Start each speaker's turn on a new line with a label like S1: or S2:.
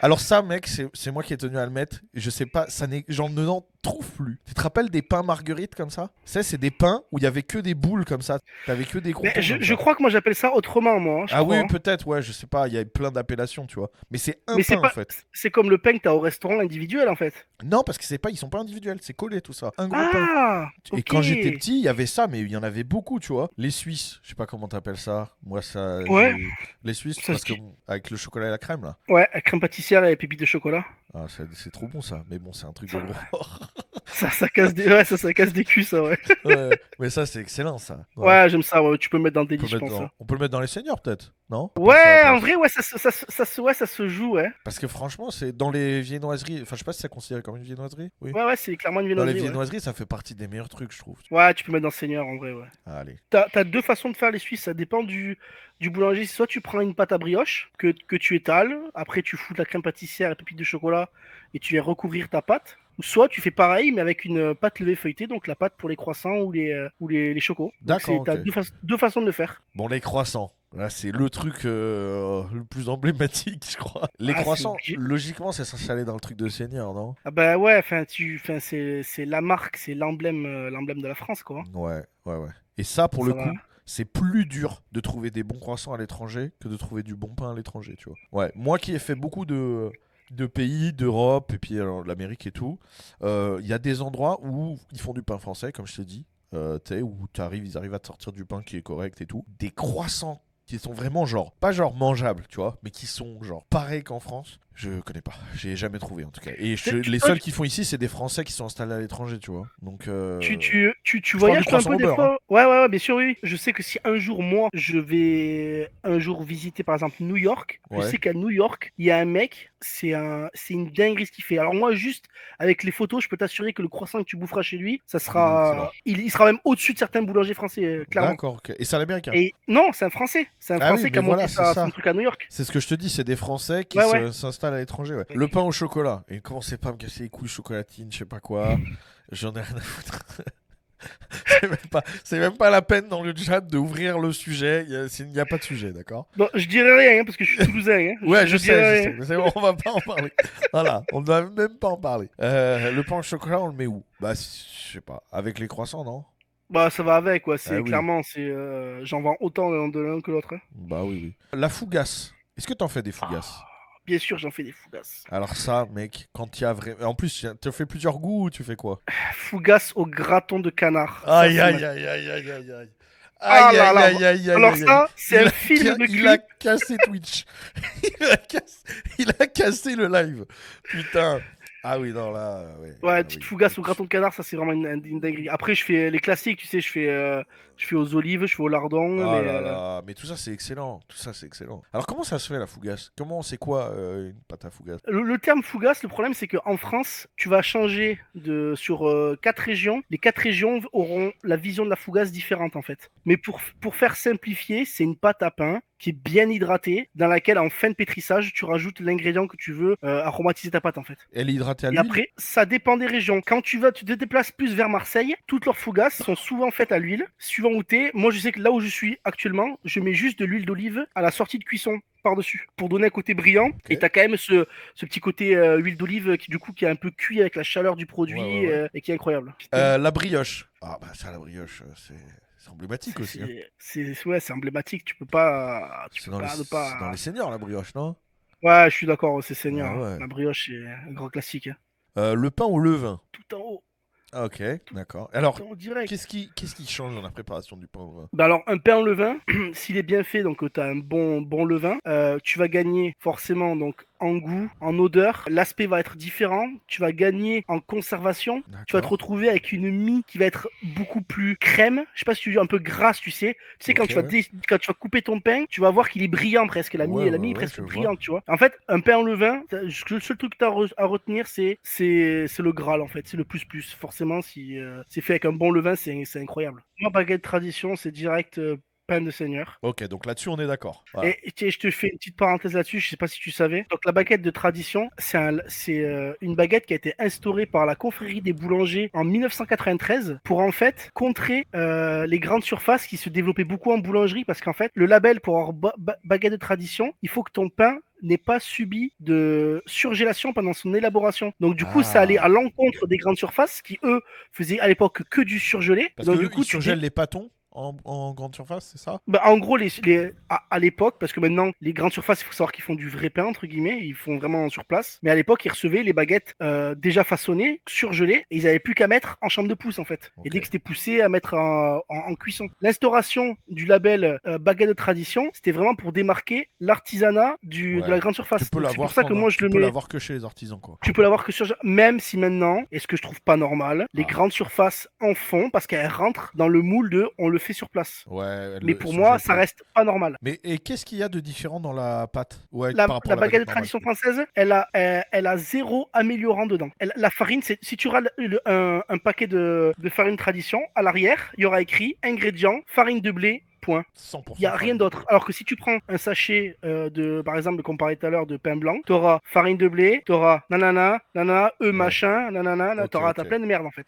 S1: Alors ça, mec, c'est c'est moi qui ai tenu à le mettre. Je sais pas, ça n'est, j'en n'en trouve plus. Tu te rappelles des pains marguerites comme ça Ça, c'est des pains où il y avait que des boules comme ça. T'avais que des gros.
S2: Mais je, je crois que moi j'appelle ça autrement, moi. hein, je
S1: Ah
S2: crois,
S1: oui,
S2: hein.
S1: peut-être, ouais, je sais pas. Il y a plein d'appellations, tu vois. Mais c'est un
S2: Mais c'est
S1: pain
S2: pas-
S1: en fait.
S2: C'est comme le pain que t'as au restaurant individuel en fait.
S1: Non, parce que c'est pas, ils sont pas individuels, c'est collé tout ça. Un gros pain.
S2: Ah
S1: Et
S2: ok.
S1: quand j'étais petit, il y avait ça, mais il y en avait beaucoup, tu vois. Les Suisses, je sais pas comment t'appelles ça. Moi, ça.
S2: Ouais.
S1: j'ai- Les Suisses,
S2: Ça,
S1: parce
S2: c'est-
S1: que avec le chocolat et la crème, là.
S2: Ouais, avec crème pâtissière et pépites de chocolat.
S1: Ah, c'est c'est trop bon ça. Mais bon, c'est un truc de gros.
S2: Ça, ça casse des, ouais, ça, ça casse des culs, ça, ouais.
S1: Ouais, Mais ça, c'est excellent ça.
S2: Ouais, j'aime ça, ouais, tu peux le mettre dans le
S1: On peut,
S2: délit, je
S1: mettre
S2: pense.
S1: dans...
S2: hein.
S1: on peut le mettre dans les seniors, peut-être, non
S2: Ouais,
S1: Parce que-
S2: en vrai, ouais, ça, se- ça, se- ça, se- ouais, ça se joue, ouais.
S1: Parce que franchement, c'est dans les viennoiseries. Enfin, je sais pas si c'est considéré comme une viennoiserie. Oui.
S2: Ouais, ouais, c'est clairement une
S1: Dans les
S2: viennoiserie. ouais.
S1: viennoiseries, ça fait partie des meilleurs trucs, je trouve.
S2: Ouais, tu peux mettre dans Seigneur en vrai, ouais.
S1: Ah, allez.
S2: T'as t'as deux façons de faire les Suisses, ça dépend du, du boulanger. Soit tu prends une pâte à brioche que, que tu étales, après tu fous de la crème pâtissière et pépites de chocolat et tu viens recouvrir ta pâte. Ou soit tu fais pareil mais avec une euh, pâte levée feuilletée, donc la pâte pour les croissants ou les, euh, ou les, les chocos. Donc
S1: D'accord,
S2: c'est- T'as
S1: ok.
S2: deux, fa- deux façons de le faire.
S1: Bon, les croissants. Là, c'est le truc euh, le plus emblématique, je crois. Les
S2: Ah, c'est
S1: croissants,
S2: obligé.
S1: logiquement, c'est s'installer dans le truc de seigneur, non
S2: Ah bah ouais, enfin tu, enfin c'est c'est la marque, c'est l'emblème, euh, l'emblème de la France quoi.
S1: Mm, Ouais, ouais, ouais. Et ça, pour le
S2: Ça
S1: coup,
S2: va.
S1: c'est plus dur de trouver des bons croissants à l'étranger que de trouver du bon pain à l'étranger, tu vois. Ouais, moi qui ai fait beaucoup de, de pays, d'Europe, et puis alors, de l'Amérique et tout, euh, il y a des endroits où ils font du pain français, comme je t'ai dit, euh, tu sais, où t'arrives, ils arrivent à te sortir du pain qui est correct et tout. Des croissants qui sont vraiment genre, pas genre mangeables, tu vois, mais qui sont genre pareil qu'en France, je connais pas, j'ai jamais trouvé en tout cas. Et je-
S2: Tu- tu
S1: les
S2: peux-
S1: seuls qui font ici, c'est des Français qui sont installés à l'étranger, tu vois. Donc, euh,
S2: Tu, tu, tu, tu
S1: je parle
S2: voyages
S1: du
S2: toi, un
S1: croissant au
S2: peu des
S1: beurre,
S2: fois Ouais, ouais, ouais, bien sûr, oui. oui. Je sais que si un jour, moi, je vais un jour visiter, par exemple, New York,
S1: Ouais.
S2: je sais qu'à New York, il y a un mec, c'est un, c'est une dinguerie ce qu'il fait. Alors moi, juste avec les photos, je peux t'assurer que le croissant que tu boufferas chez lui, ça
S1: Mm, c'est bon.
S2: sera... Il, il sera même au-dessus de certains boulangers français, euh, clairement.
S1: D'accord, ok. Et c'est à l'américain.
S2: Et non, c'est un Français. C'est un
S1: Ah oui,
S2: Français qui a
S1: mais
S2: monté
S1: voilà,
S2: sa-
S1: c'est ça.
S2: son truc à New York.
S1: C'est ce que je te dis, c'est des Français qui
S2: Ouais,
S1: se-
S2: ouais.
S1: s'installent à l'étranger. ouais.
S2: Ouais.
S1: Le pain au chocolat. Et commencez pas à me casser les couilles chocolatine, je sais pas quoi. J'en ai rien à foutre. c'est même, pas- c'est même pas la peine dans le chat de ouvrir le sujet. Il y a- c'est- il n'y a, pas de sujet, d'accord
S2: Bon, je dirais rien, hein, parce que je suis toulousain. hein.
S1: Ouais, je, sais,
S2: dirais
S1: je sais.
S2: rien.
S1: Mais c'est bon, on va pas en parler. voilà, on ne va même pas en parler. Euh, le pain au chocolat, on le met où Bah, je sais pas. Avec les croissants, non
S2: Bah, ça va avec, quoi. C'est
S1: Ah oui.
S2: clairement, c'est... euh, J'en vends autant de l'un que l'autre. hein.
S1: Bah oui, oui. La fougasse. Est-ce que t'en fais des fougasses
S2: Bien sûr, j'en fais des fougasses.
S1: Alors ça, mec, quand il y a vrai... En plus, tu fais plusieurs goûts ou tu fais quoi
S2: Fougasse au graton de canard. Ça,
S1: Aïe,
S2: c'est
S1: aïe,
S2: ma-
S1: aïe, aïe, aïe, aïe, aïe.
S2: Ah
S1: Aïe,
S2: là
S1: aïe,
S2: là,
S1: aïe, aïe, aïe,
S2: Alors
S1: aïe,
S2: ça, c'est
S1: Il
S2: un
S1: a-
S2: film de
S1: aïe. Il a
S2: cul.
S1: cassé Twitch. il, a cassé... il a cassé le live. Putain. Ah oui, non, là... Ouais,
S2: Ouais,
S1: ah
S2: petite
S1: oui.
S2: fougasse au graton de canard, ça c'est vraiment une, une dinguerie. Après, je fais les classiques, tu sais, je fais, euh, je fais aux olives, je fais au lardon.
S1: Ah
S2: mais,
S1: là
S2: euh,
S1: là, mais tout ça c'est excellent, tout ça c'est excellent. Alors comment ça se fait la fougasse Comment c'est quoi euh, une pâte à fougasse
S2: Le, le terme fougasse, le problème c'est qu'en France, tu vas changer de sur euh, quatre régions. Les quatre régions auront la vision de la fougasse différente en fait. Mais pour, pour faire simplifier, c'est une pâte à pain qui est bien hydratée, dans laquelle en fin de pétrissage, tu rajoutes l'ingrédient que tu veux euh, aromatiser ta pâte en fait.
S1: Elle est hydratée à
S2: Et
S1: l'huile
S2: après, ça dépend des régions. Quand tu vas, tu te déplaces plus vers Marseille, toutes leurs fougasses sont souvent faites à l'huile, suivant où t'es. Moi, je sais que là où je suis actuellement, je mets juste de l'huile d'olive à la sortie de cuisson par-dessus pour donner un côté brillant. Et t'as quand même ce, ce petit côté euh, huile d'olive qui, du coup, qui est un peu cuit avec la chaleur du produit
S1: Ouais, ouais, ouais.
S2: euh, et qui est incroyable.
S1: Euh, La brioche. Ah bah ça la brioche, euh, c'est c'est emblématique aussi. hein.
S2: C'est- C'est ouais, c'est emblématique. Tu peux pas, tu
S1: C'est
S2: peux
S1: dans, les...
S2: pas ne
S1: c'est dans
S2: pas.
S1: les seniors la brioche, non
S2: Ouais, je suis d'accord, c'est seigneur.
S1: Ah ouais.
S2: hein. La brioche, c'est un grand classique. hein.
S1: Euh, Le pain au levain.
S2: Tout en haut,
S1: Ah, ok, d'accord. Alors,
S2: tout en haut direct.
S1: qu'est-ce qui, qu'est-ce qui change dans la préparation du pain au levain
S2: Bah alors, un pain au levain, s'il est bien fait, donc tu as un bon, bon levain, euh, tu vas gagner forcément donc en goût, en odeur. L'aspect va être différent. Tu vas gagner en conservation. Tu vas te
S1: D'accord.
S2: retrouver avec une mie qui va être beaucoup plus crème. Je sais pas si tu dis un peu grasse, tu sais. Tu sais, quand,
S1: Ok,
S2: tu vas
S1: ouais.
S2: dé- quand tu vas couper ton pain, tu vas voir qu'il est brillant presque. La mie,
S1: Ouais,
S2: la
S1: ouais,
S2: mie est
S1: ouais,
S2: presque
S1: je vois.
S2: brillante, tu vois. En fait, un pain au levain, t'as- le seul truc que tu as à retenir, c'est c'est c'est le Graal, en fait. C'est le plus-plus. Forcément, si euh, c'est fait avec un bon levain, c'est c'est incroyable. Moi, baguette tradition, c'est direct euh, pain de seigneur.
S1: Ok, donc là-dessus, on est d'accord. Voilà.
S2: Et tiens, je te fais une petite parenthèse là-dessus, je sais pas si tu savais. Donc la baguette de tradition, c'est un- c'est, euh, une baguette qui a été instaurée par la confrérie des boulangers en 1993 pour en fait contrer euh, les grandes surfaces qui se développaient beaucoup en boulangerie parce qu'en fait le label pour avoir ba- ba- baguette de tradition, il faut que ton pain n'ait pas subi de surgélation pendant son élaboration. Donc du coup,
S1: Ah.
S2: ça allait à l'encontre des grandes surfaces qui, eux, faisaient à l'époque que du surgelé.
S1: Parce
S2: Donc
S1: que
S2: du coup,
S1: ils
S2: tu
S1: surgèlent les pâtons en, en grande surface, c'est ça
S2: Bah, en gros, les, les- à, à l'époque, parce que maintenant, les grandes surfaces, il faut savoir qu'ils font du vrai pain, entre guillemets, ils font vraiment sur place. Mais à l'époque, ils recevaient les baguettes euh, déjà façonnées, surgelées, et ils n'avaient plus qu'à mettre en chambre de pouce, en fait.
S1: Ok.
S2: Et dès que c'était poussé, à mettre en, en- en cuisson. L'instauration du label euh, baguette de tradition, c'était vraiment pour démarquer l'artisanat du-
S1: Ouais.
S2: de la grande surface.
S1: Tu peux
S2: Donc, Ah, C'est
S1: l'avoir
S2: pour ça que
S1: qu'en-
S2: moi, je
S1: tu
S2: le
S1: peux
S2: mets.
S1: l'avoir que chez les artisans, quoi.
S2: Tu peux l'avoir que sur. Même si maintenant, et ce que je trouve pas normal, les
S1: Ah.
S2: grandes surfaces en font parce qu'elles rentrent dans le moule de on le fait sur place.
S1: Ouais,
S2: Mais
S1: le-
S2: pour
S1: surgèle
S2: moi,
S1: pas.
S2: ça reste pas normal.
S1: Mais et qu'est-ce qu'il y a de différent dans la pâte ouais,
S2: la,
S1: par rapport à
S2: la baguette de
S1: normale
S2: tradition française, elle a, elle, elle a zéro améliorant dedans. Elle- la farine, c'est si tu râles le- un, un paquet de, de farine tradition, à l'arrière, il y aura écrit ingrédients, farine de blé, point.
S1: 100%.
S2: Il n'y a rien d'autre. Alors que si tu prends un sachet euh, de, par exemple, qu'on parlait tout à l'heure de pain blanc, tu auras farine de blé, tu auras nanana, nanana, eux
S1: Ouais.
S2: machin, nanana,
S1: Ok,
S2: tu auras
S1: ok.
S2: plein de merde en fait.